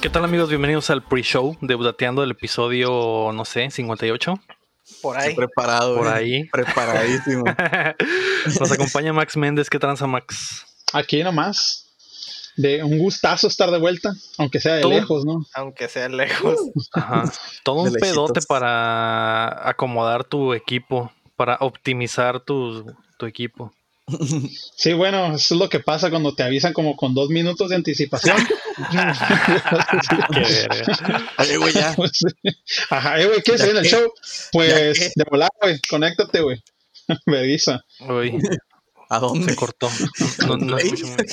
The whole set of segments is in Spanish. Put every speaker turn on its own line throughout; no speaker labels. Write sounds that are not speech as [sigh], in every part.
¿Qué tal amigos? Bienvenidos al pre-show de Udateando del episodio, no sé, 58.
Por ahí.
Estoy preparado.
Por
güey.
ahí.
Preparadísimo.
Nos acompaña Max Méndez. ¿Qué tranza, Max?
Aquí nomás. De un gustazo estar de vuelta, aunque sea de
Todo.
lejos, ¿no?
Aunque sea lejos.
[laughs]
Ajá. Todo un
De lejitos.
pedote para acomodar tu equipo, para optimizar tu, tu equipo.
Sí, bueno, eso es lo que pasa cuando te avisan como con dos minutos
[laughs]
de anticipación. [laughs]
Ah, Qué verga.
Oye, güey, ya.
Pues, Ajá, eh, güey, ¿qué es
¿Ya
en el
qué?
show?
¿Ya qué?
Pues de volar, güey, conéctate, güey. [laughs] Vergüenza.
Uy,
¿A dónde?
se cortó. No, no escucho muy bien.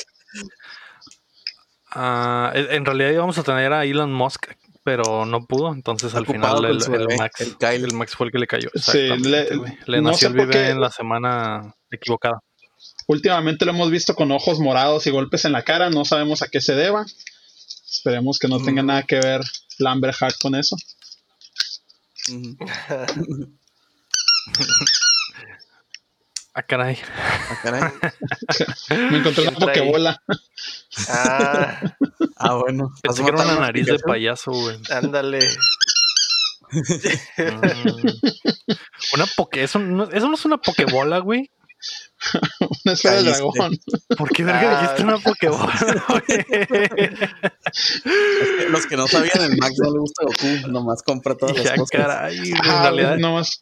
Ah, en en realidad íbamos a tener a Elon Musk, pero no pudo. Entonces
Está
al
ocupado
final el,
con su
el
bebé,
Max,
el Kyle.
el Max fue el que le cayó.
Sí, le-
Exactamente, güey. le
no
nació
sé
el
por
vive
qué-
en la semana equivocada.
Últimamente lo hemos visto con ojos morados y golpes en la cara, no sabemos a qué se deba. Esperemos que no tenga
Mm.
nada que ver Lambert Hart con eso.
Ujú.
Ah, caray.
Ah, caray.
Me encontré una
¿Quién trae?
pokebola.
Ah,
Ah, bueno.
[laughs] Pensé que era una nariz de payaso, [laughs] güey.
ándale.
Mm. Una poke, eso no, eso no es una pokebola, güey.
[laughs] Una esfera de
Caíste.
dragón.
¿Por qué verga
Ah.
dijiste una pokebola, güey?
payaso. Los que no sabían, el Max no le gusta Goku. Nomás compra todas
[laughs]
las
Ya,
cosas.
caray, güey, en
Ah,
realidad
nomás.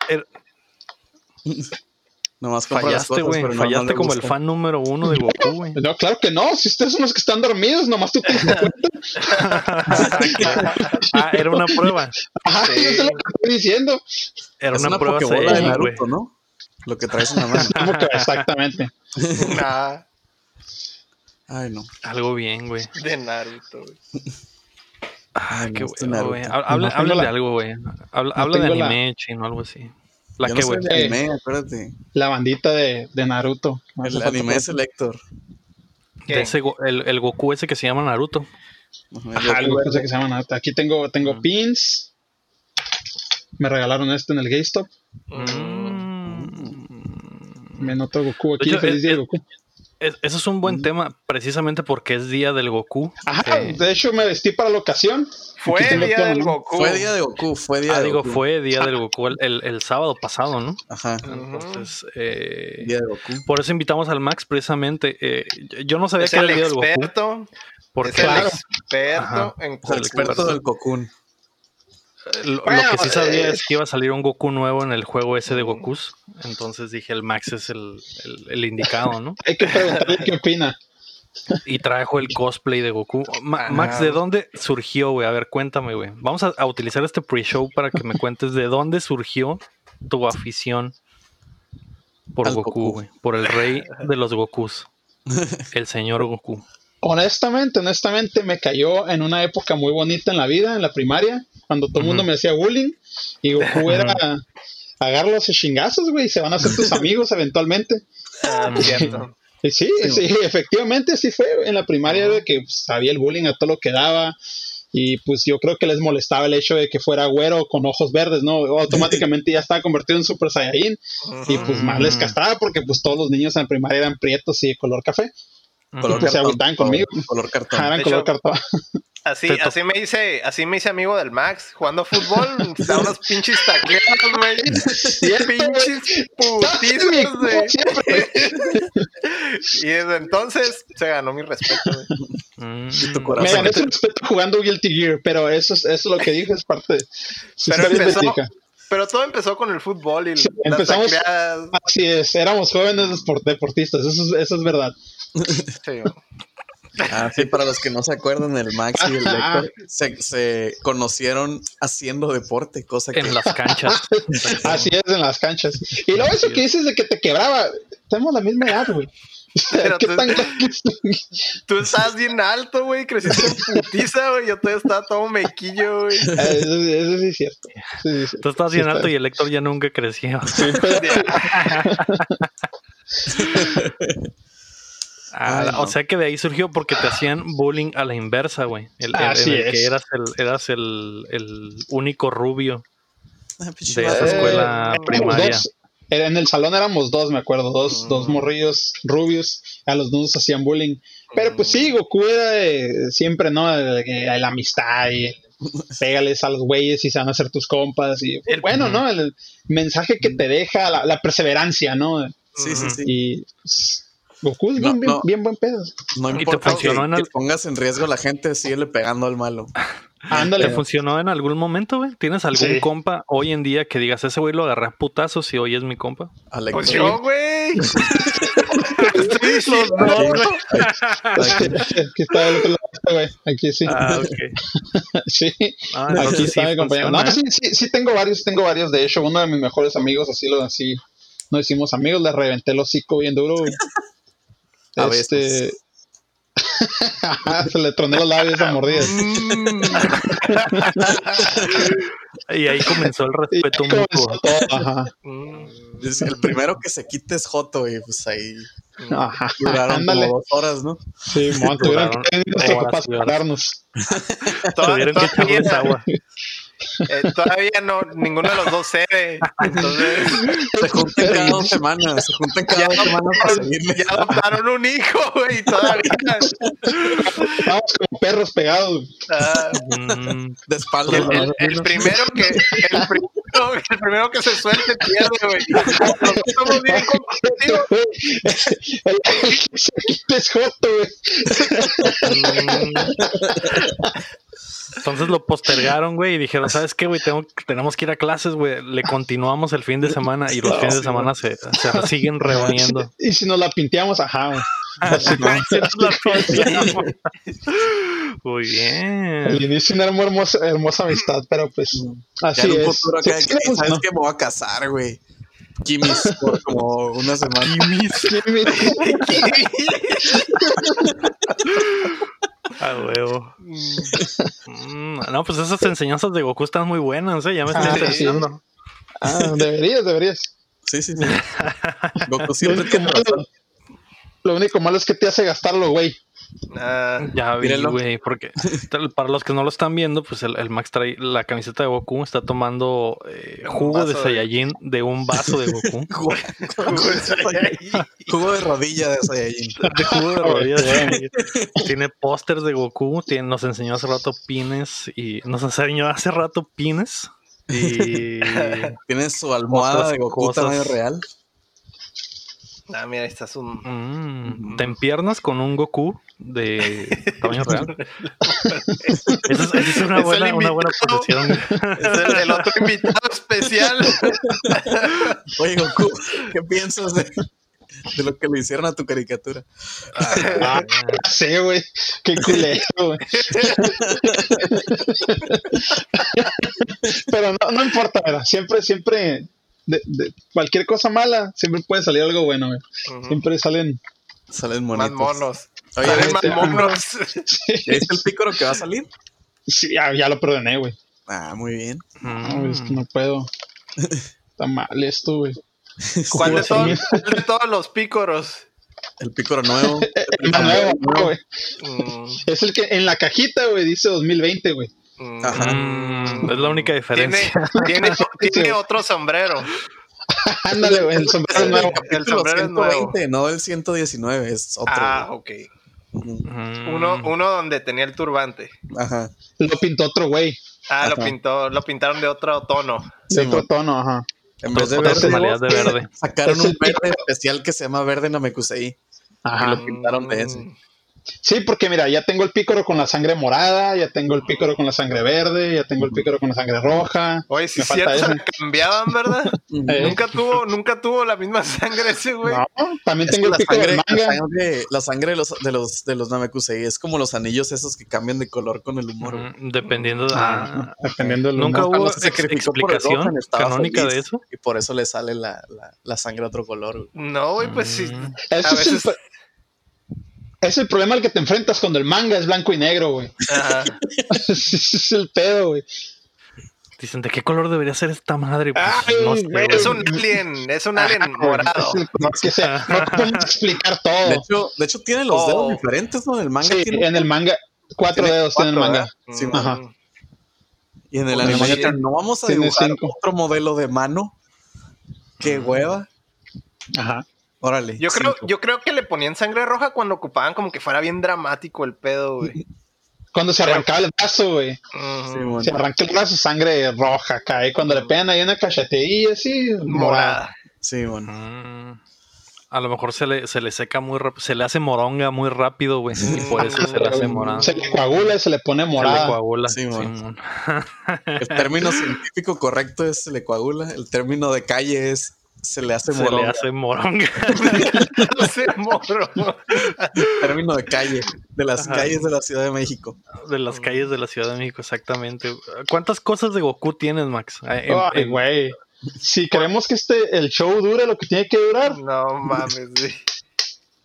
Nomás compra las
fallaste,
cosas,
güey.
pero no- no
fallaste
le
como el
gusta.
fan número uno de Goku,
[laughs]
güey.
No, claro que no. Si ustedes son los que están dormidos, nomás tú te das cuenta.
ah, era una prueba.
Ajá,
Sí.
yo sé lo que estoy diciendo.
Era
Es
una, prueba
pokebola de
seria, güey.
Naruto, ¿no? Lo que traes en
[laughs]
la mano.
¿Cómo que? Exactamente.
Ah,
Ay, no.
Algo bien, güey.
de Naruto. güey.
Ah,
Ay, no,
qué
este
huevo, güey. Habla,
Naruto.
habla
tengo
hablen de
la-
algo, güey. Habla,
no
habla de
tengo la-
anime, chino, algo así. La
Yo
que,
no soy
güey.
de anime, acuérdate.
La bandita de, de Naruto. No hace
El
falta
anime
que-
es el Héctor.
de ese go- el, el Goku ese que se llama Naruto.
Ajá, el
Ajá, algo
Goku
que se llama Naruto. Aquí tengo, tengo pins. Me regalaron esto en el GameStop.
Mm,
Me noto Goku aquí.
De hecho, eh,
feliz
es-
día,
es-
Goku.
Mm. Es- eso es un buen tema, precisamente porque es día del Goku.
Ajá,
Eh,
de hecho me vestí para la ocasión.
Fue
Aquí
el
tengo todo,
día del
¿no?
Goku.
Fue día de Goku, fue día
ah,
de
digo,
Goku.
fue día del Goku el, el- el sábado pasado, ¿no?
Ajá,
Entonces, eh,
día de Goku.
por eso invitamos al Max precisamente. Eh, yo- yo no sabía
Es
que era
el
el día del Goku.
experto.
Porque
Es el
Claro.
experto
Ajá.
en
Es el
el
experto
experto.
del Cocoon.
Lo, lo
Bueno,
que sí sabía
eh.
es que iba a salir un Goku nuevo en el juego ese de Gokus. Entonces dije, el Max es el, el- el indicado, ¿no?
Hay que preguntarle qué opina.
Y trajo el cosplay de Goku.
Ah.
Ma- Max, ¿de dónde surgió, güey? A ver, cuéntame, güey. Vamos a, a utilizar este pre-show para que me cuentes de dónde surgió tu afición por
Al
Goku,
Goku.
güey. Por el rey de los Gokus. El señor Goku.
Honestamente, honestamente me cayó en una época muy bonita en la vida, en la primaria, cuando todo el mundo
Ujú.
me hacía bullying y Goku era agarrarlos a chingazos, güey, y se van a
[laughs]
hacer tus amigos eventualmente.
Ah, cierto.
Y Eh, sí,
Sí,
sí, efectivamente sí fue en la primaria de que pues, había el bullying a todo lo que daba y pues yo creo que les molestaba el hecho de que fuera güero con ojos verdes, ¿no? Automáticamente ya estaba convertido en Super Saiyajin y pues más les castraba porque pues todos los niños en la primaria eran prietos y de color café,
Color
Pues [laughs] se
cartón,
agüitaban
color-
conmigo.
Color cartón.
eran
De
color
hecho, [laughs]
cartón.
Así,
Te to-
así me hice, así me hice amigo del Max jugando fútbol, da unos pinches tacleados, güey. pinches putizos, güey. [laughs] Y desde entonces se ganó mi respeto, güey.
Mm.
Y tu
Me
corazón.
gané su respeto jugando Guilty Gear, pero eso es, eso es lo que dije, es parte de su
Pero
historia
empezó-
verídica.
Pero todo empezó con el fútbol y las
empezamos-
tacleadas.
Así es, éramos jóvenes desport- deportistas, eso es, eso es verdad.
Sí,
Ah, sí, para los que no se acuerdan, el Max y
[laughs]
el
Ah.
Héctor se, se conocieron haciendo deporte, cosa que Ah,
En las
[laughs]
canchas.
Así es, en las canchas. Y luego eso que dices de que te quebraba, tenemos la misma edad, güey. O sea,
Pero
¿Qué
tú-
[laughs] tan grandes?
Tú estabas bien alto, güey. Creciste en putiza, güey. Yo todavía estaba todo mequillo, güey.
Ah, Eso, eso sí es cierto. Sí, sí, sí.
Tú estás bien alto y el Héctor ya nunca creció. Ah,
Ay,
O
no.
sea que de ahí surgió porque te hacían bullying a la inversa, güey. El, el- en
Así
el que
es.
eras el, eras el, el único rubio
Ah, pinche
de esa
madre.
escuela
eh, éramos
primaria.
dos. Mm. Era- En el salón éramos dos, me acuerdo, dos, dos morrillos rubios, a los dos nos hacían bullying. Pero pues sí, Goku era de- siempre, ¿no? De- de- la amistad y [laughs] el pégales a los güeyes y se van a hacer tus compas. Y
El-
bueno, ¿no? El Mm. mensaje que te deja, la, la perseverancia, ¿no?
Sí, sí, sí.
Y pues, Goku es
No,
bien, bien-
no.
bien buen pedo.
No
te
importa que,
funcionó en al-
que pongas en riesgo a la gente, síguele pegando al malo.
¿Te
Ándale.
funcionó en algún momento, güey? ¿Tienes algún
Sí.
compa hoy en día que digas, ese güey lo agarré a putazos y hoy es mi compa?
Al Héctor.
Pues yo, güey.
Los dos.
Aquí- aquí-
Aquí está el otro lado, este güey. Aquí sí.
Ah, ok.
[laughs] Sí.
Ah,
Aquí
entonces sí
está mi compañero.
funciona,
No,
¿eh?
sí, sí, sí tengo varios, tengo varios. De hecho, uno de mis mejores amigos, así lo así, nos hicimos amigos, le reventé el hocico bien duro.
[laughs]
Este, güey.
A veces.
[laughs] se le troné los labios a mordidas.
Y ahí comenzó el
pues, [laughs] Y
respeto
comenzó
mutuo.
todo, Ajá,
Mm.
Es el primero que se quite es Joto y pues ahí
ajá.
duraron como
Ándale.
dos horas, ¿no?
Sí, mon, tuvieron que
Duraron
nuestro
horas
papá
y horas.
separarnos.
Tuvieron que echarles agua.
Eh, todavía no, ninguno de los dos cede. Entonces,
[laughs]
Se juntan cada dos semanas, se juntan cada dos semanas para seguirle.
ya adoptaron un hijo, güey, y todavía.
Estábamos como perros pegados.
Ah,
Mm,
De espalda.
el,
[laughs]
el- el primero que el primero, el primero que se suelte pierde, güey. Nosotros somos bien
[laughs]
competitivos.
güey. El que se quita es joto, güey.
mm. Entonces lo postergaron, güey, y dijeron, ¿sabes qué, güey? Tengo- tenemos que ir a clases, güey. Le continuamos el fin de semana y los
No,
fines de
sí,
semana se, se siguen reuniendo.
Y si nos la pinteamos, ajá, güey.
Muy
Al
bien.
inicio era una hermosa, hermosa amistad, pero pues
Ya
así
en un
es.
futuro
Sí,
acá,
sí,
que,
sí,
¿sabes
no.
qué? Me voy a casar, güey. Kimis por como una semana.
A huevo. Mm, no, pues esas enseñanzas de Goku están muy buenas, ¿eh? Ya me estoy
Ah, sí.
interesando.
Ah, deberías, deberías.
Sí, sí,
[laughs]
sí. Goku
Lo
siempre
único,
tiene razón.
malo, lo único malo es que te hace gastarlo, güey.
Ah,
Ya vi,
Míralo.
güey, porque tal- para los que no lo están viendo, pues el, el Max trae la camiseta de Goku, está tomando eh, jugo
vaso
de
de-
Saiyajin de un vaso de Goku. [laughs]
güey, [laughs] soy ahí.
Jugo de rodilla de Saiyajin.
de jugo de rodillas.
[laughs]
Bien.
tiene pósters de Goku, tiene- nos enseñó hace rato pines y nos enseñó hace rato pines
[laughs]
y
Tiene su almohada
Cosas,
de Goku
cosas.
tamaño real.
Ah, mira, ahí estás un.
mm, te empiernas con un Goku de tamaño
[laughs]
real. Esa es, esa es una
Es el
buena, una buena
invitado. [laughs]
posición.
Es el, el otro invitado especial.
Oye, Goku, ¿qué piensas de, de lo que le hicieron a tu caricatura?
Ah, [laughs] sí, güey. Qué culero, güey. [laughs] Pero no, no importa, ¿verdad? Siempre, siempre, de, de cualquier cosa mala, siempre puede salir algo bueno, güey. Siempre salen.
Salen
Más
monitos.
monos.
Oye,
Salen
¿viste-
más monos. [laughs]
¿ya viste el pícoro que va a salir?
Sí, ya, ya lo perdoné, güey.
Ah, muy bien.
mm,
No, güey, Ah, es que no puedo. Está mal esto, güey.
[laughs]
¿Cuál de,
Sí,
todos,
gül.
cuál de todos los pícoros?
El pícoro
[laughs]
nuevo.
El más nuevo, ¿no, güey.
Mm,
Es el que en la cajita, güey, dice 2020, güey.
mm.
Ajá.
Mm, es la única
Tiene,
diferencia.
tiene,
[laughs]
tiene
Sí.
otro sombrero.
Ándale, güey, el sombrero
El-
nuevo.
el sombrero es nuevo.
no el 119, es otro.
Ah, ok.
Ujú.
Mm.
Uno, uno donde tenía el turbante.
Ajá.
Lo pintó otro güey.
Ah, lo
Ajá.
pintó, lo pintaron de otro tono.
De
Sí,
otro
mo-
tono, ajá.
En vez
Dos
de verde,
personalidades de verde.
sacaron
Es
un
el
verde especial que se llama Verde Namekusei.
Ajá.
lo pintaron de ese.
Mm,
Sí, porque mira, ya tengo el pícoro con la sangre morada, ya tengo el pícoro con la sangre verde, ya tengo el pícoro con la sangre roja.
Oye, si
Me
es
falta
cierto, se
ese.
la cambiaban,
[laughs]
¿verdad?
Eh,
Nunca tuvo, nunca tuvo la misma sangre ese, güey.
no, también
Es que
tengo el
la
pícoro
sangre,
de
la
manga.
sangre, la sangre de, los, de, los, de los Namekusei es como los anillos esos que cambian de color con el humor. güey.
Mm, Dependiendo de.
Ah, dependiendo del
Nunca
humor.
hubo
Cuando se
ex-
sacrificó por el
explicación
Gohan, estaba
canónica
feliz,
de eso.
Y por eso le sale la, la, la sangre a otro color. güey.
No, güey, pues sí.
Mm.
Ese
A
es, el
veces-
pro- es el problema al que te enfrentas cuando el manga es blanco y negro, güey. [laughs]
Ajá.
Ese es el pedo, güey.
Dicen, ¿de qué color debería ser esta madre? Pues,
Ay,
no sé,
güey.
güey.
Es un alien, es un alien
[laughs]
morado.
Es el color que sea. No podemos explicar
De
todo.
hecho, de hecho tiene los
Oh.
dedos diferentes, ¿no? En el manga
Oh. Sí,
tiene-
en el manga, cuatro
Tiene
dedos tiene el
cuatro,
manga.
¿verdad? Sí,
Mm.
ajá.
Y en el
Pues,
anime
sí.
dijeron, no vamos a
Tiene
dibujar
cinco.
otro modelo de mano. Qué hueva.
Ajá.
Órale.
Yo creo,
cinco.
yo creo que le ponían sangre roja cuando ocupaban como que fuera bien dramático el pedo, güey.
Cuando se arrancaba el brazo, güey.
Ujú.
Sí,
Mm.
bueno.
Se arranca el brazo, sangre roja cae. Cuando le pegan ahí una cacheteilla así, morada.
Morada.
Sí, bueno.
Mm. A lo mejor se le, se le seca muy rápido, se le hace moronga muy rápido, güey. Y por eso se le hace morada.
Se le coagula y se le pone
Se le
morada.
coagula.
Sí, mon.
Simón.
El término
[laughs]
científico correcto es se le coagula. El término de calle es se le hace
Se le
moronga.
hace moronga. [laughs]
[laughs] Se moró.
El término de calle, de las
Ajá.
calles de la Ciudad de México.
De las calles de la Ciudad de México, exactamente. ¿Cuántas cosas de Goku tienes, Max? Eh, en-
Ay,
en-
güey. Si queremos que este el show dure lo que tiene que durar,
No mames, güey.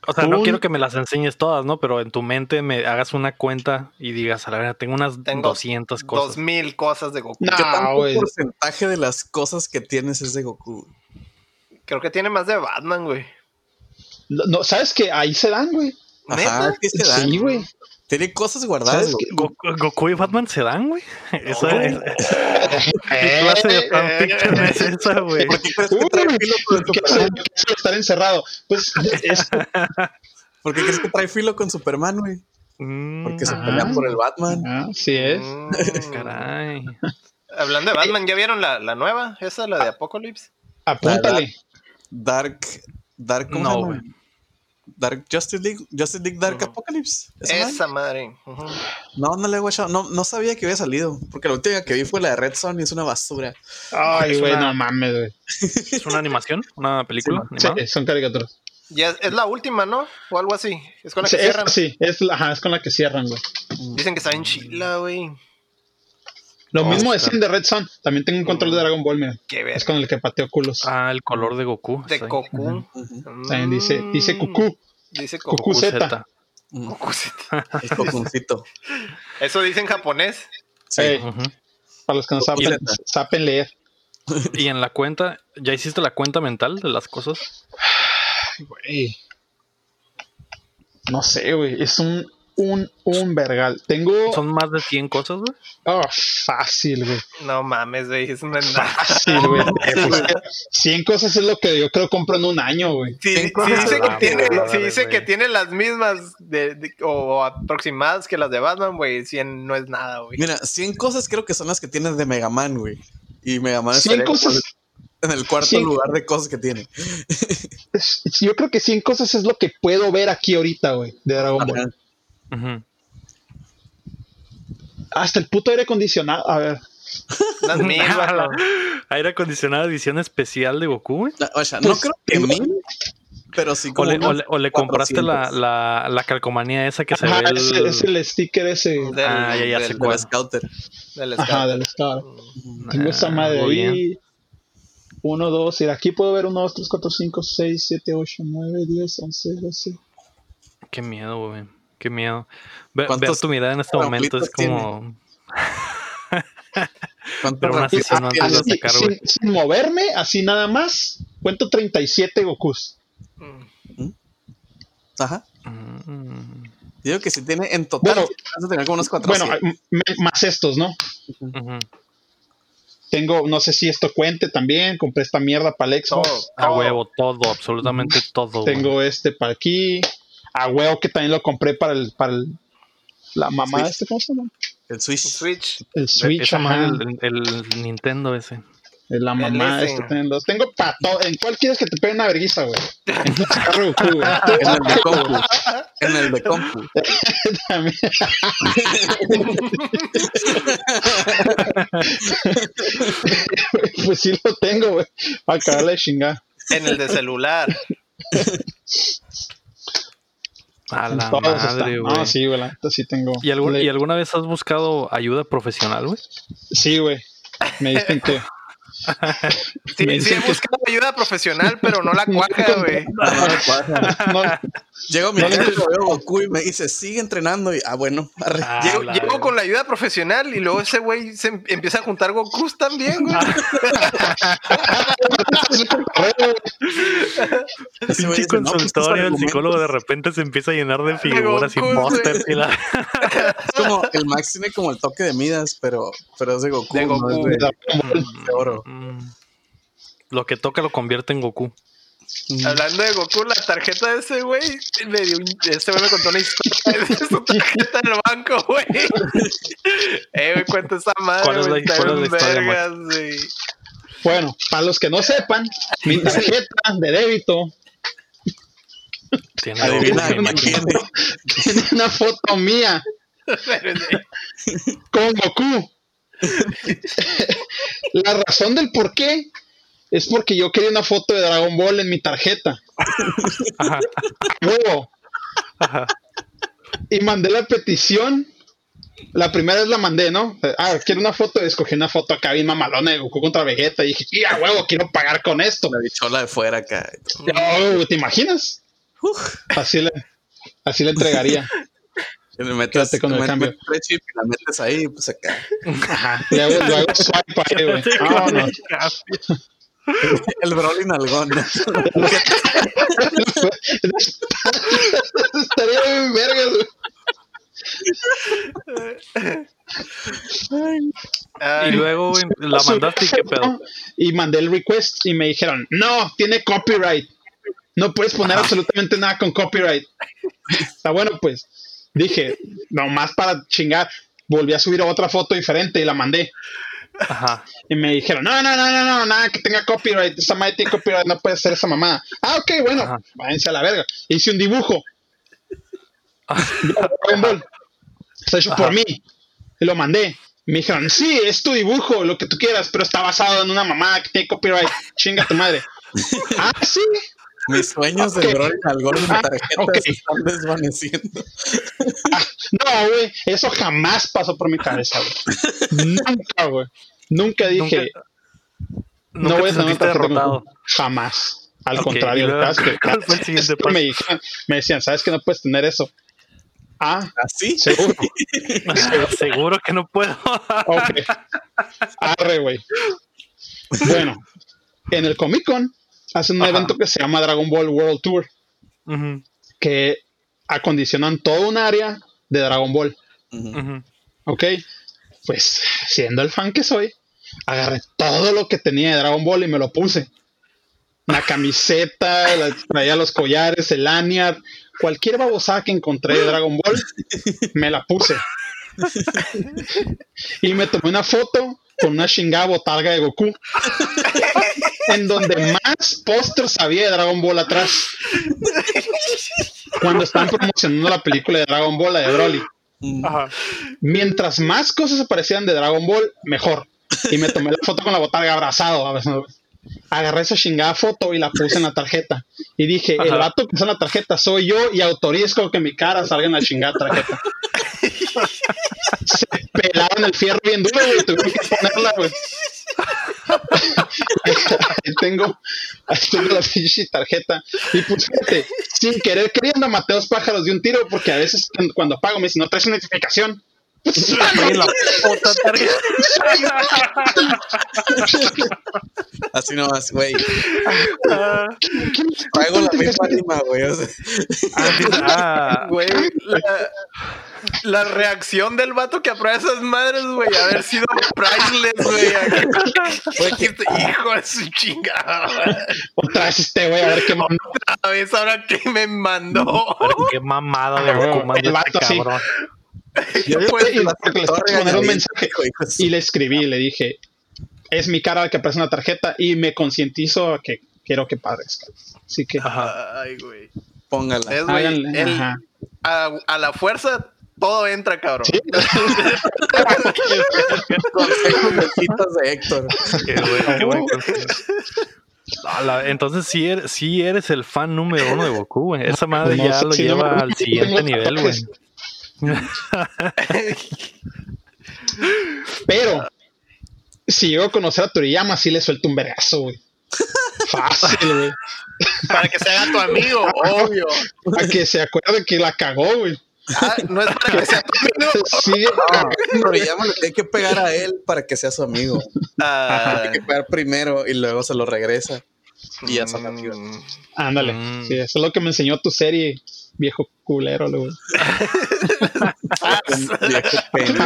o sea, no
tú-
quiero que me las enseñes todas, ¿no? Pero en tu mente me hagas una cuenta y digas, a la verdad, tengo unas
Tengo
200
Dos
cosas.
mil cosas de Goku.
No.
¿Qué
Ah,
tanto
güey.
porcentaje de las cosas que tienes es de Goku?
Creo que tiene más de Batman, güey.
no, ¿sabes que Ahí se dan, güey.
Ajá,
¿Neta?
¿qué se dan?
Sí, güey.
Tiene cosas
¿Sabes
guardadas.
qué?
Goku, Goku y Batman se dan, güey. Esa
No.
es, ¿Qué clase de fanfiction
Eh.
es esa, güey?
¿Por qué crees que trae
Uy.
filo con
[laughs] ¿Qué hace-
Superman?
qué hace estar encerrado? Pues es
¿Por qué crees que trae filo con Superman, güey?
Mm,
Porque se
ah,
pelea por el Batman.
Ah, sí es.
Mm.
Caray.
Hablando de Batman, ¿ya vieron la, la nueva? Esa, la de Apocalypse.
Apúntale.
Dark. Dark. ¿cómo
No,
se llama?
güey.
Dark Justice League. Justice League Dark Apocalypse. ¿Esa madre?
Esa madre. Ujú.
No, no le he guachado. No, no sabía que había salido. Porque la última que vi fue la de Red Son y es una basura.
Ay,
Es
güey,
una-
no mames, güey.
¿Es una animación? ¿Una película? animada?
Sí, son caricaturas.
Ya es, es la última, ¿no? O algo así. Es con la
Sí,
que
es,
cierran.
sí, es, la- ajá, es con la que cierran, güey.
Dicen que está en chila, güey.
Lo
Oh,
mismo
está.
decían de Red Sun. También tengo un control de Dragon Ball, mira.
Qué ver.
Es con el que pateo culos.
Ah, el color de Goku.
De
sí.
Goku.
Ujú.
También dice, dice cucú.
Dice Goku.
Mm, Goku Z.
Zeta.
Mm,
Goku Z.
El cocuncito.
Eso dice en japonés.
Sí.
Ey,
Ujú.
para los que no
Goku
saben,
Z.
saben leer.
Y en la cuenta, ¿ya hiciste la cuenta mental de las cosas?
Güey. No sé, güey. Es un, un, un vergal. Tengo.
Son más de 100 cosas, güey.
Oh, fácil, güey.
No mames, güey. Es una [laughs] nada.
Fácil, güey. Pues, 100 cosas es lo que yo creo compro en un año, güey.
Si,
Ten
si
cosas
dice,
a
que
la
tiene,
verga,
si dice
güey.
que tiene las mismas de- de- o aproximadas que las de Batman, güey, 100 no es nada,
[laughs]
güey.
Mira, 100 cosas creo que son las que tienes de Mega Man, güey. Y Mega Man
100
estaría como
cosas.
en el cuarto
100.
lugar de cosas que tiene.
es- Yo creo que 100 cosas es lo que puedo ver aquí ahorita, güey, de Dragon Ball.
Ajá.
Ujú.
Hasta el puto aire acondicionado. A ver.
Las mil, vato.
Aire acondicionado, edición especial de Goku, güey.
O sea, no
Pues,
creo que mil, pero sí
O
como.
le, o
unas
le- o le compraste la,
400
la, la calcomanía esa que se
Ajá,
ve. el-
es, es el sticker ese.
Del-
Ah, ya, ya
del-
sé
de
cuál.
la Scouter.
del Mm,
Ajá,
Scout.
del Scar.
Ah,
Tengo esa madre
muy bien.
ahí. 1, 2, y de aquí puedo ver 1, 2, 3, 4, 5, 6, 7, 8, 9, 10, 11, 12.
Qué miedo, güey. Qué miedo. Ve- Ver,
¿Cuántos
tu mirada en este momento es
conflictos tiene?
como.
¿Cuánto
Pero aún así
repites?
son
Ah,
más
tienes-
de
Así,
sacar,
sin,
güey.
sin moverme, así nada más, cuento 37 Gokus.
Mm.
Ajá.
Mm,
Digo que si tiene en total,
Bueno,
vas a tener como unos
Bueno,
400.
m- m- más estos, ¿no?
ujú.
Tengo, no sé si esto cuente también, compré esta mierda para el
Todo,
Xbox.
A
todo.
huevo, todo, absolutamente todo. güey. E,
Tengo este para aquí. A huevo que también lo compré para el, para el- la mamá
Switch.
este, ¿cómo se llama?
el Switch.
Switch.
El Switch,
Esa madre,
ajá.
el, el Nintendo ese.
Es la mamá
el
este
ese.
también los tengo para todo. ¿En cuál quieres que te pegue una verguiza, güey? En el carro Goku, güey.
En el de
[laughs]
compu. En el de compu.
También. pues sí lo tengo, güey. Para acabar la chingada.
En el de celular.
A
En
la
todos están.
madre,
No,
güey.
sí, güey. la neta Sí tengo.
¿Y, algún-
Le-
y alguna vez has buscado ayuda profesional, güey?
Sí, güey. Me dicen que.
Sí,
Me
sí,
dicen
he
que-
buscado ayuda profesional, pero no la cuaja, güey.
no,
Llego a mi
No le-
casa, lo veo Goku y me dice, sigue entrenando. Y ah, bueno, arre.
Ah,
Llego,
la
llego
verga.
con la ayuda profesional y luego ese güey se em- empieza a juntar Gokus también, güey.
Ese güey
Pinche
dice, "No, pues, tus
este
consultorio, el
argumentos".
psicólogo de repente se empieza a llenar de figuras y
Goku, güey.
pósters y
[laughs]
la...
Es como el Max tiene como el toque de Midas, pero, pero es de Goku.
De Goku.
no es de- de oro.
Mm. Lo que toca lo convierte en Goku.
Hablando de Goku, la tarjeta de ese güey, me dio un- este güey me contó una historia de su tarjeta en el banco,
[laughs]
güey. eh, güey, cuenta esa madre,
¿Cuál es la-
güey, está
cuál es la
en
historia,
vergas, güey. [laughs]
Bueno, para los que no sepan, mi tarjeta de débito
Tiene
Adivina,
Goku, me
imagínate.
imagino.
tiene una foto mía con Goku. La razón del por qué es porque yo quería una foto de Dragon Ball en mi tarjeta.
Ajá,
Luego,
ajá.
y mandé la petición. La primera vez la mandé, ¿no? Ah, quiero una foto. Escogí una foto acá bien mamalona de Goku contra Vegeta. Y dije, "Y a huevo! Quiero pagar con esto.
La bichola de fuera acá.
No, ¿Te imaginas? Así le, así le entregaría.
Y le metes,
Quédate con el
le
cambio.
metes tres chips y la metes ahí, pues acá. [laughs]
Le hago, le hago swipe ahí, güey. Vámonos.
El Broly nalgón. [laughs]
Estaría bien vergas, güey.
Y
Ay,
luego, güey, la mandaste y qué
[laughs]
pedo.
Y mandé el request y me dijeron, no, tiene copyright. No puedes poner
Ah.
absolutamente nada con copyright. Está bueno, pues. Dije, nomás para chingar. Volví a subir otra foto diferente y la mandé.
Ajá.
Y me dijeron, no, no, no, no, no, nada que tenga copyright. Esa madre tiene copyright, no puede ser esa mamada. Ah, ok, bueno,
Ajá.
váyanse a la verga. Hice
[laughs]
un dibujo. Dragon Ball. Está hecho por mí. Y lo mandé. Me dijeron, sí, es tu dibujo, lo que tú quieras, pero está basado en una mamada que tiene copyright. Chinga
[laughs]
tu madre. ah, sí.
Mis sueños
Ok.
del Broly nalgón en mi
Ah,
tarjeta
ok.
se están desvaneciendo.
Ah, no, güey, eso jamás pasó por mi cabeza,
[laughs]
güey. Nunca, güey. Nunca dije,
Nunca-
no
nunca
voy a
te
tener
sentiste
otra foto con
[laughs] derrotado.
Goku. Jamás. Al
Ok, y
contrario,
luego,
estás que-
¿cuál fue el siguiente paso?
me, dijeron- me decían, ¿sabes que no puedes tener eso? Ah,
[laughs]
¿Así?
seguro.
Seguro que no puedo. [laughs]
Ok. Arre, güey. Bueno, en el Comic Con hacen un
Ajá.
evento que se llama Dragon Ball World Tour,
Ujú,
que acondicionan todo un área de Dragon Ball.
Ujú.
ujú.
Ok, pues siendo el fan que soy, agarré todo lo que tenía de Dragon Ball y me lo puse. La camiseta, la- traía los collares, el lanyard, cualquier babosada que encontré de Dragon Ball, me la puse. Y me tomé una foto con una chingada botarga de Goku, en donde más pósters había de Dragon Ball atrás. Cuando están promocionando la película de Dragon Ball, la de Broly
Ajá.
mientras más cosas aparecían de Dragon Ball, mejor. Y me tomé la foto con la botarga abrazado. abrazado. Agarré esa chingada foto y la puse en la tarjeta. Y dije,
Ajá.
el vato que está en la tarjeta soy yo y autorizo que mi cara salga en la chingada tarjeta. Se pelaron el fierro bien duro y tuvieron que ponerla, güey. [laughs] Ahí tengo, ahí tengo la pinche tarjeta. Y pues fíjate, sin querer queriendo maté dos pájaros de un tiro, porque a veces cuando- cuando apago me dicen, no traes una notificación.
Sí, la puta tarjeta.
Así nomás, güey. Traigo la misma rima, güey. o sea,
Ah,
güey, la, la reacción del vato que aprueba esas madres, güey, haber sido priceless, güey.
[laughs]
Dijiste, este Hijo de su chingada.
Otra vez este güey, a ver qué mamá.
A ver, ahora que me mandó.
pero qué mamada de Goku manda
Ah, El
este
vato, sí.
cabrón.
yo digo
Pues,
que la
porque les
torre
poner un
ganadita,
mensaje.
güey, pues,
Y le escribí, le dije, es mi cara la que aparece en la tarjeta y me concientizo a que quiero que padezca. Así que
Ajá.
[laughs] Ay, güey.
Póngala.
Es, Ah, güey,
Háganle,
el-
ajá.
a, a la fuerza todo entra, cabrón.
Sí.
Consejos de citas de Héctor.
Qué buen- qué buen consejo. A ah, la- entonces sí eres, sí eres el fan número uno de Goku, güey. Esa madre
No
ya
sé
lo
si
lleva
no- [laughs]
al siguiente nivel, güey.
Pero si llego a conocer a Toriyama, sí le suelto un vergazo, güey. Fácil, güey.
[laughs] Para que se haga tu amigo, obvio.
Para que se acuerde que la cagó, güey.
Ah, no Ah. es para que sea tu amigo.
Sí,
Toriyama le tiene que pegar a él para que sea su amigo.
Ah,
Tiene que pegar primero y luego se lo regresa. Y ya son [laughs] amigos.
mm,
ándale.
Mm.
Sí, eso es lo que me enseñó tu serie, viejo culero, güey.
Ah, [laughs] Un viejo pene.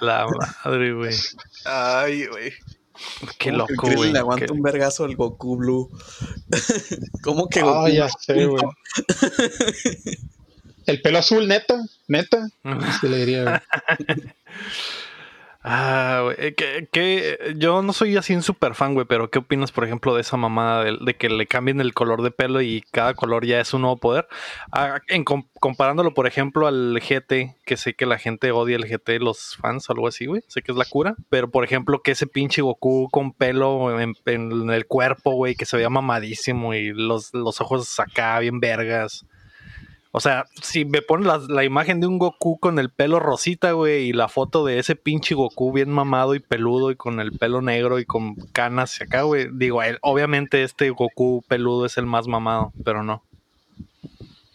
La madre, güey.
Ay, güey.
Qué
Como
loco,
que Chris
güey.
Le aguanta
Qué-
un vergazo al Goku Blue. [laughs] ¿Cómo que
Ah,
Goku?
ya sé, güey. El pelo azul, neta, neta. Sí le diría, güey.
Ah, güey. eh, que- que- Yo no soy así un super fan, güey, pero ¿qué opinas, por ejemplo, de esa mamada de, de que le cambien el color de pelo y cada color ya es un nuevo poder? Ah, en com- comparándolo, por ejemplo, al GT, que sé que la gente odia el GT, los fans, algo así, güey. Sé que es la cura, pero por ejemplo, que ese pinche Goku con pelo en, en el cuerpo, güey, que se veía mamadísimo y los, los ojos acá bien vergas. O sea, si me pones la, la imagen de un Goku con el pelo rosita, güey, y la foto de ese pinche Goku bien mamado y peludo y con el pelo negro y con canas y acá, güey, digo, el- obviamente este Goku peludo es el más mamado, pero no.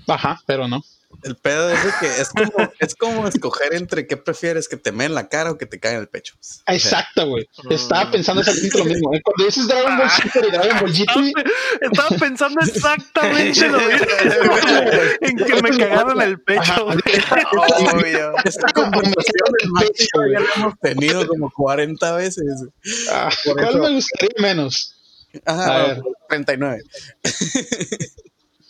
Ajá, pero no.
El pedo es de que es como, es como escoger entre qué prefieres, que te meen la cara o que te caiga en el pecho.
Exacto, güey.
Mm.
Estaba pensando exactamente lo mismo. ¿eh? Cuando dices Dragon Ball Super y Dragon Ball
Ah,
GT,
Estaba pensando exactamente lo mismo en que me cagaron el pecho, güey.
Obvio.
Esta conversación del
Qué
macho
pecho,
ya la hemos tenido como 40 veces.
ah,
Por
¿cuál
eso-
me gustaría menos? A
Ajá,
ver.
39.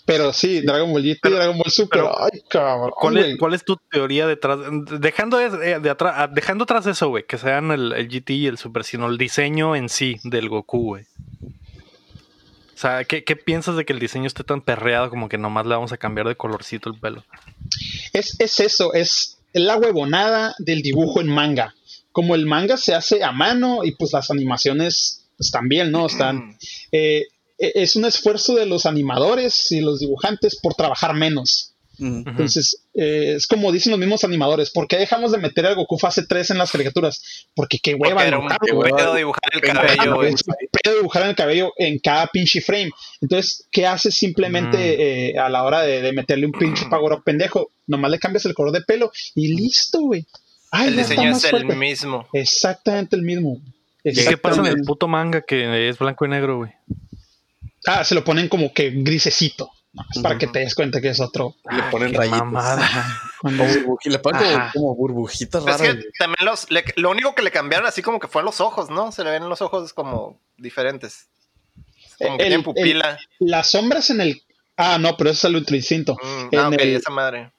Pero sí, Dragon Ball GT, Dragon Ball Super.
pero-
ay, cabrón.
¿Cuál es,
güey.
cuál es tu teoría detrás? Dejando, es- eh, de atrás, ah, dejando atrás eso, güey, que sean el, el GT y el Super, sino el diseño en sí del Goku, güey. O sea, ¿qué, qué piensas de que el diseño esté tan perreado como que nomás le vamos a cambiar de colorcito el pelo?
es, es eso, es la huevonada del dibujo en manga. Como el manga se hace a mano y pues las animaciones pues, también, ¿no? Están... eh, e- es un esfuerzo de los animadores y los dibujantes por trabajar menos.
Mm.
Ujú.
Entonces, eh, es como dicen los mismos animadores, ¿por qué dejamos de meter al Goku fase 3 en las caricaturas? Porque qué
Porque
hueva
era un
dibujarlo, güey. Ah,
pedo dibujar el cabello, güey.
Es un pedo dibujar en el cabello en cada pinche frame. Entonces, ¿qué haces simplemente eh, a la hora de, de meterle
[clears throat]
un pinche power up pendejo? Nomás le cambias el color de pelo y listo, güey. Ay,
El
ya está
diseño
más
es el
fuerte.
mismo.
Exactamente el mismo.
¿Y qué pasa en el
Exactamente.
puto manga que es blanco y negro, güey?
Ah, se lo ponen como que grisecito. No, es para que te des cuenta que es otro.
Le ponen
Qué
rayitas.
mamada. Pues
Como burbuji- le ponen como-
Ajá.
como, burbujitas
Es
raras.
que también los, le- lo único que le cambiaron así como que fue los ojos, ¿no? Se le ven los ojos como diferentes. Como que
El-
tienen pupila.
Las sombras en el. Ah, no, pero eso es el ultra instinto.
Mm,
en
ah, ok,
el-
esa madre.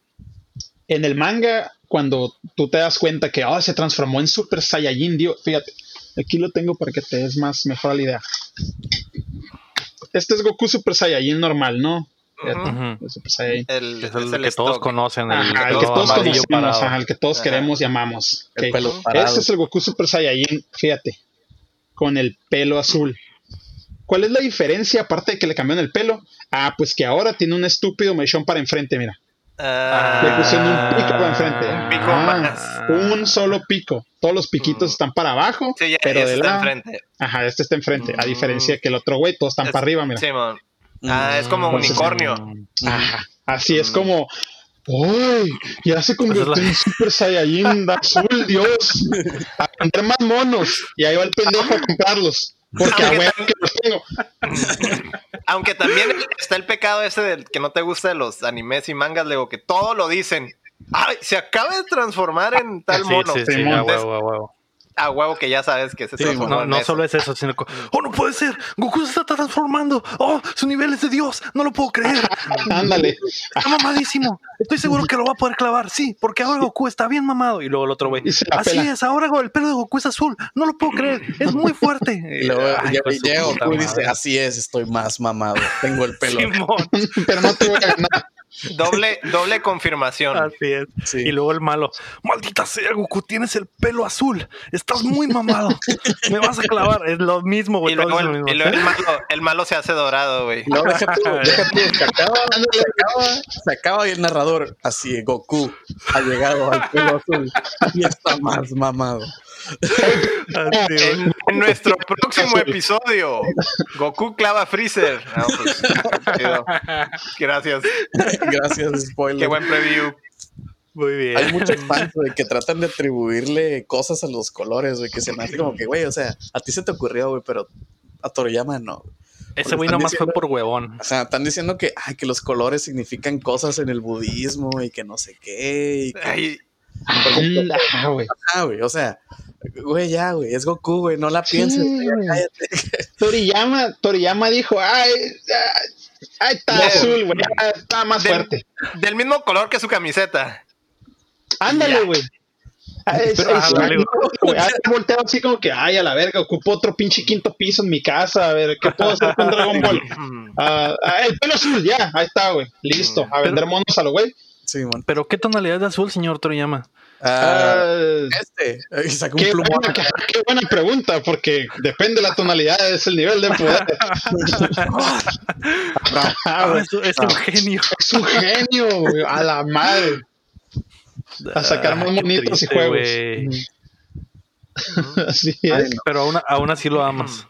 en el manga, cuando tú te das cuenta que oh, se transformó en Super Saiyajin, Dios, fíjate, aquí lo tengo para que te des más mejor la idea. Este es Goku Super Saiyajin normal, ¿no? Fíjate,
Ujú.
el Super Saiyajin.
El,
Es el,
es
que
el
todos
stock.
conocen, el,
Ajá, el
pelo
que todos
amarillo
conocemos,
parado.
ajá, el que todos
Ajá.
queremos y amamos.
El
Ok.
pelo
Este
parado.
Este es el Goku Super Saiyajin, fíjate, con el pelo azul. ¿Cuál es la diferencia aparte de que le cambiaron el pelo? Ah, pues que ahora tiene un estúpido mechón para enfrente, mira.
Ah,
Le pusieron un pico para enfrente. Ah,
Un pico
Ah.
más.
un solo pico. Todos los piquitos
Mm.
están para abajo,
sí, ya,
pero
ya
de
está
lado.
enfrente.
Ajá, este está enfrente. A
Mm.
diferencia que el otro güey, todos están
Es-
para arriba, mira.
Simón. Ah, es como
Mm.
unicornio.
Ajá. Así es
Mm.
como. ¡Uy! Ya se
Esa
convirtió
es la-
en Super Saiyajin de azul, Dios. A vender más monos. Y ahí va el pendejo a comprarlos. Porque a
Aunque
huevo
tam-
que los tengo.
Aunque también está el pecado ese del que no te gusta de los animes y mangas, luego que todo lo dicen. Ay, se acaba de transformar en tal
Sí,
mono.
sí, sí,
Simón.
a huevo, a huevo.
A huevo que ya sabes que se
Sí,
transformó
No,
en
no
eso.
solo es eso, sino que, oh, no puede ser, Goku se está transformando, oh, su nivel es de Dios, no lo puedo creer,
Ándale.
está mamadísimo, estoy seguro que lo va a poder clavar, sí, porque ahora Goku está bien mamado. Y luego el otro güey,
Y se la
así
pela.
es, ahora el pelo de Goku es azul, no lo puedo creer, es muy fuerte.
[laughs] Y luego
Ay,
ya-
hijo de su
llega
puta
Goku y dice,
madre.
así es, estoy más mamado, tengo el pelo.
[laughs]
[laughs]
Simón,
Pero no te voy a ganar.
Doble, doble
[laughs]
confirmación.
así es.
Sí.
Y luego el malo, maldita sea Goku, tienes el pelo azul, estás muy mamado, me vas a clavar, es lo mismo, güey.
Y
todos es
luego,
lo
el,
mismo.
y luego el malo, el malo se hace dorado, güey.
No, deja
[laughs]
tú, deja tú, se acaba, se acaba, se acaba y el narrador, así Goku ha llegado al pelo azul y está más mamado. [laughs]
[laughs] Así, güey.
En, [laughs]
[laughs]
en nuestro próximo episodio, Goku clava a Freezer. No, pues, chido. Gracias.
Gracias,
Qué
spoiler.
buen preview.
Muy bien.
Hay muchos fans güey, que tratan de atribuirle cosas a los colores, güey, que se me hace como que, güey, o sea, a ti se te ocurrió, güey, pero a Toriyama no.
Ese güey
Están
nomás fue
diciendo-
por huevón.
O sea, están diciendo que, ay, que los colores significan cosas en el budismo y que no sé qué. y que-
Ay,
Ajá, güey.
Ah, güey, o sea, güey, ya, güey, es Goku, güey, no la
Sí,
pienses, güey,
güey.
cállate.
Toriyama, Toriyama dijo, ay, ah, ahí está
No.
azul, güey, ah, está más
Del-
fuerte.
Del mismo color que su camiseta. [laughs]
Ándale,
Ya.
güey. Ay,
Pero,
ay,
ah,
sí,
vale,
no, güey, ha de haber volteado así como que, ay, a la verga, ocupo otro pinche quinto piso en mi casa, a ver, ¿qué puedo hacer con
[laughs]
Dragon Ball?
Mm.
Ah, ah, el pelo azul, ya, ahí está, güey, listo, a vender monos a lo güey.
Simón.
Pero ¿qué tonalidad de azul, señor Toriyama?
Ah,
Ah,
este, y sacó un
qué,
plumón.
buena, qué buena pregunta, porque depende de la tonalidad, es el nivel de
[laughs]
poder. [laughs] Ah,
Ah,
güey,
es, es un genio.
es un genio, güey, a la madre. A sacar más
Ah, qué
monitos y
triste,
juegos.
güey.
[laughs]
Ah,
Así es.
Ay, no.
Pero aún, aún así lo amas.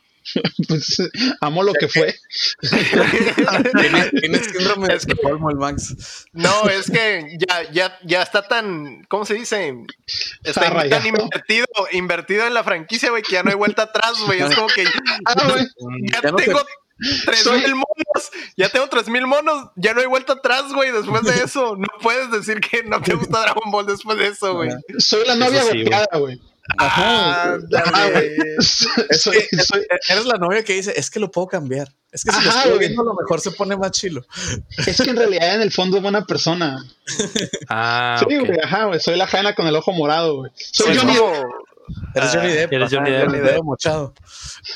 Pues, amo lo que fue.
[laughs] Tiene, tiene síndrome de
Es que-
Estocolmo el Max.
No, es que ya, ya, ya está tan, ¿cómo se dice? Está
Está
tan
rayado.
invertido, invertido en la franquicia, güey, que ya no hay vuelta atrás, güey. Es como que ya
Ah, güey.
Mm.
Ya no te-
tengo tres
Soy-
mil monos, ya tengo tres mil monos, ya no hay vuelta atrás, güey. Después de
[laughs]
eso, no puedes decir que no te gusta Dragon Ball después de
Ah,
eso, güey.
Ah,
Soy la novia
sí, güey.
golpeada, güey.
Ajá.
Ah, güey. [laughs] Soy, soy-
Eh, Eres la novia que dice, es que lo puedo cambiar. Es que si lo
Ajá,
estoy
güey.
viendo, a lo mejor se pone más chilo.
es que en realidad en el fondo es buena persona.
Ah,
sí,
ok.
güey, ajá, güey. Soy la Jaina con el ojo morado, güey. Soy
Soy
Johnny
como-
Eres
Ah,
Johnny Depp.
eres
ajá,
Johnny Depp.
Depp mochado.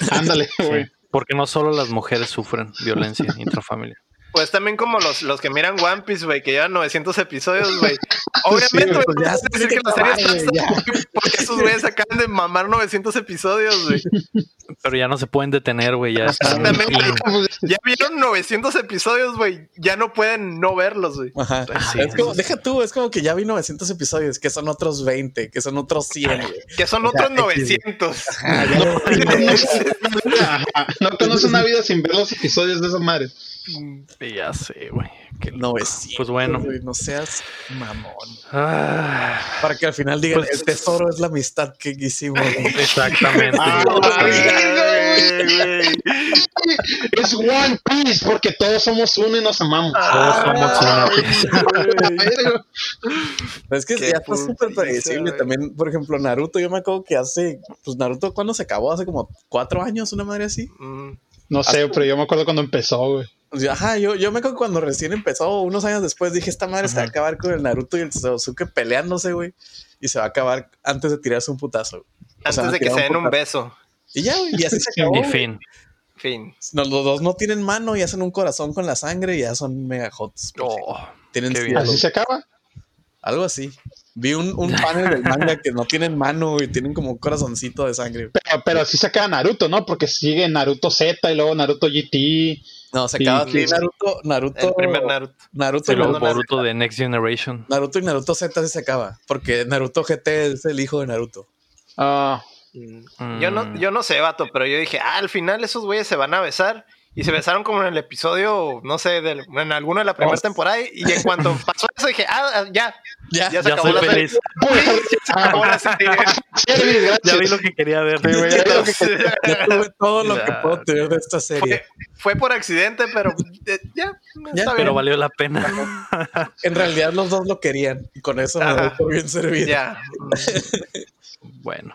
Depp. Ándale, güey.
Porque no solo las mujeres sufren
[laughs]
violencia intrafamiliar.
Pues también como los, los que miran One Piece, güey, que llevan 900 episodios,
[laughs]
güey. Obviamente, güey,
güey,
pues
no
ya
puedes
se
decir
tiene
que la serie
que acabar,
está
güey,
hasta- porque esos güeyes acaban de mamar 900 episodios, güey.
Pero ya no se pueden detener, güey. Ya están.
Exactamente.
in.
Ya vieron 900 episodios, güey. Ya no pueden no verlos, güey.
Ajá.
Sí.
es como, deja tú, es como que ya vi 900 episodios, que son otros 20, que son otros 100. güey.
Que son otros 900.
Ajá. No conoce una vida sin ver los episodios de esas madres.
Ya sé, güey. Qué loco.
900.
Pues bueno.
güey, no seas mamón.
[laughs]
Ah,
Para que al final digan,
Pues-
el tesoro es la amistad que hicimos. [laughs] güey".
exactamente.
Ah,
Ay, güey.
Es One Piece, porque todos somos uno y nos amamos.
Ah,
Todos somos una.
Es que
Qué
ya está súper
putiza,
predecible.
güey.
También, por ejemplo, Naruto, yo me acuerdo que hace, pues Naruto, ¿cuándo se acabó? Hace como cuatro años, una madre así.
Mm.
No sé, pero yo me acuerdo cuando empezó, güey.
O sea, Ajá, yo, yo me acuerdo cuando recién empezó, unos años después, dije, esta madre se va a
Ajá.
acabar con el Naruto y el Sasuke peleándose, güey. Y se va a acabar antes de tirarse un putazo. güey. O sea,
Antes de que
tirar
se den un
putazo.
beso.
Y ya, güey, y
[laughs]
así se acabó.
Y
güey.
fin.
Fin.
No, los dos no tienen mano y hacen un corazón con la sangre y ya son mega hots. pues,
Oh,
tienen
qué bien.
algo,
Así se acaba.
algo así. Vi un, un panel del manga que no tienen mano y tienen como un corazoncito de sangre.
Pero, pero así se acaba Naruto, ¿no? Porque sigue Naruto Z y luego Naruto GT.
No, se
Sí,
acaba así
sí.
Naruto, Naruto,
El primer Naruto.
Naruto,
y
y
luego
Naruto,
Boruto de Next Generation.
Naruto y Naruto Z sí se acaba, porque Naruto GT es el hijo de Naruto.
Ah,
Mm. Yo no, yo no sé, vato, pero yo dije, ah, al final esos güeyes se van a besar. Y se besaron como en el episodio, no sé, del- en alguno de la primera
Oh.
temporada. Y en cuanto pasó eso, dije, ah, ah, ya,
Ya,
ya se
Ya
acabó
soy
la serie.
feliz.
Sí, se acabó la
[laughs]
serie.
pues, ah, Gracias.
Ya vi lo que quería ver.
Sí, güey, ya vi lo que-
ya tuve todo lo
Ya.
que puedo tener de esta serie.
Fue, [laughs] fue por accidente, pero eh, ya,
Ya,
está
Pero
bien.
valió la pena.
En realidad los dos lo querían y con eso me
Ajá.
doy por bien servido.
Ya. [laughs]
Bueno.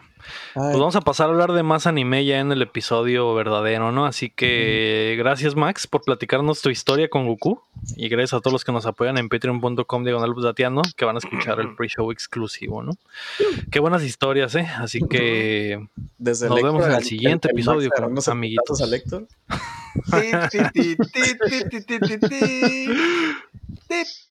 Ay,
Pues vamos a pasar a hablar de más anime ya en el episodio verdadero, ¿no? Así que gracias Max por platicarnos tu historia con Goku y gracias a todos los que nos apoyan en patreon.com diagonal Budateando, que van a escuchar el pre-show exclusivo, ¿no? Qué buenas historias, ¿eh? Así que
desde
nos
Electra,
vemos en el siguiente
Max
episodio,
agarrándose a
amiguitos.
putazos a Electra.
Ti, ti, ti, ti, ti, ti, ti, ti, ti. Ti,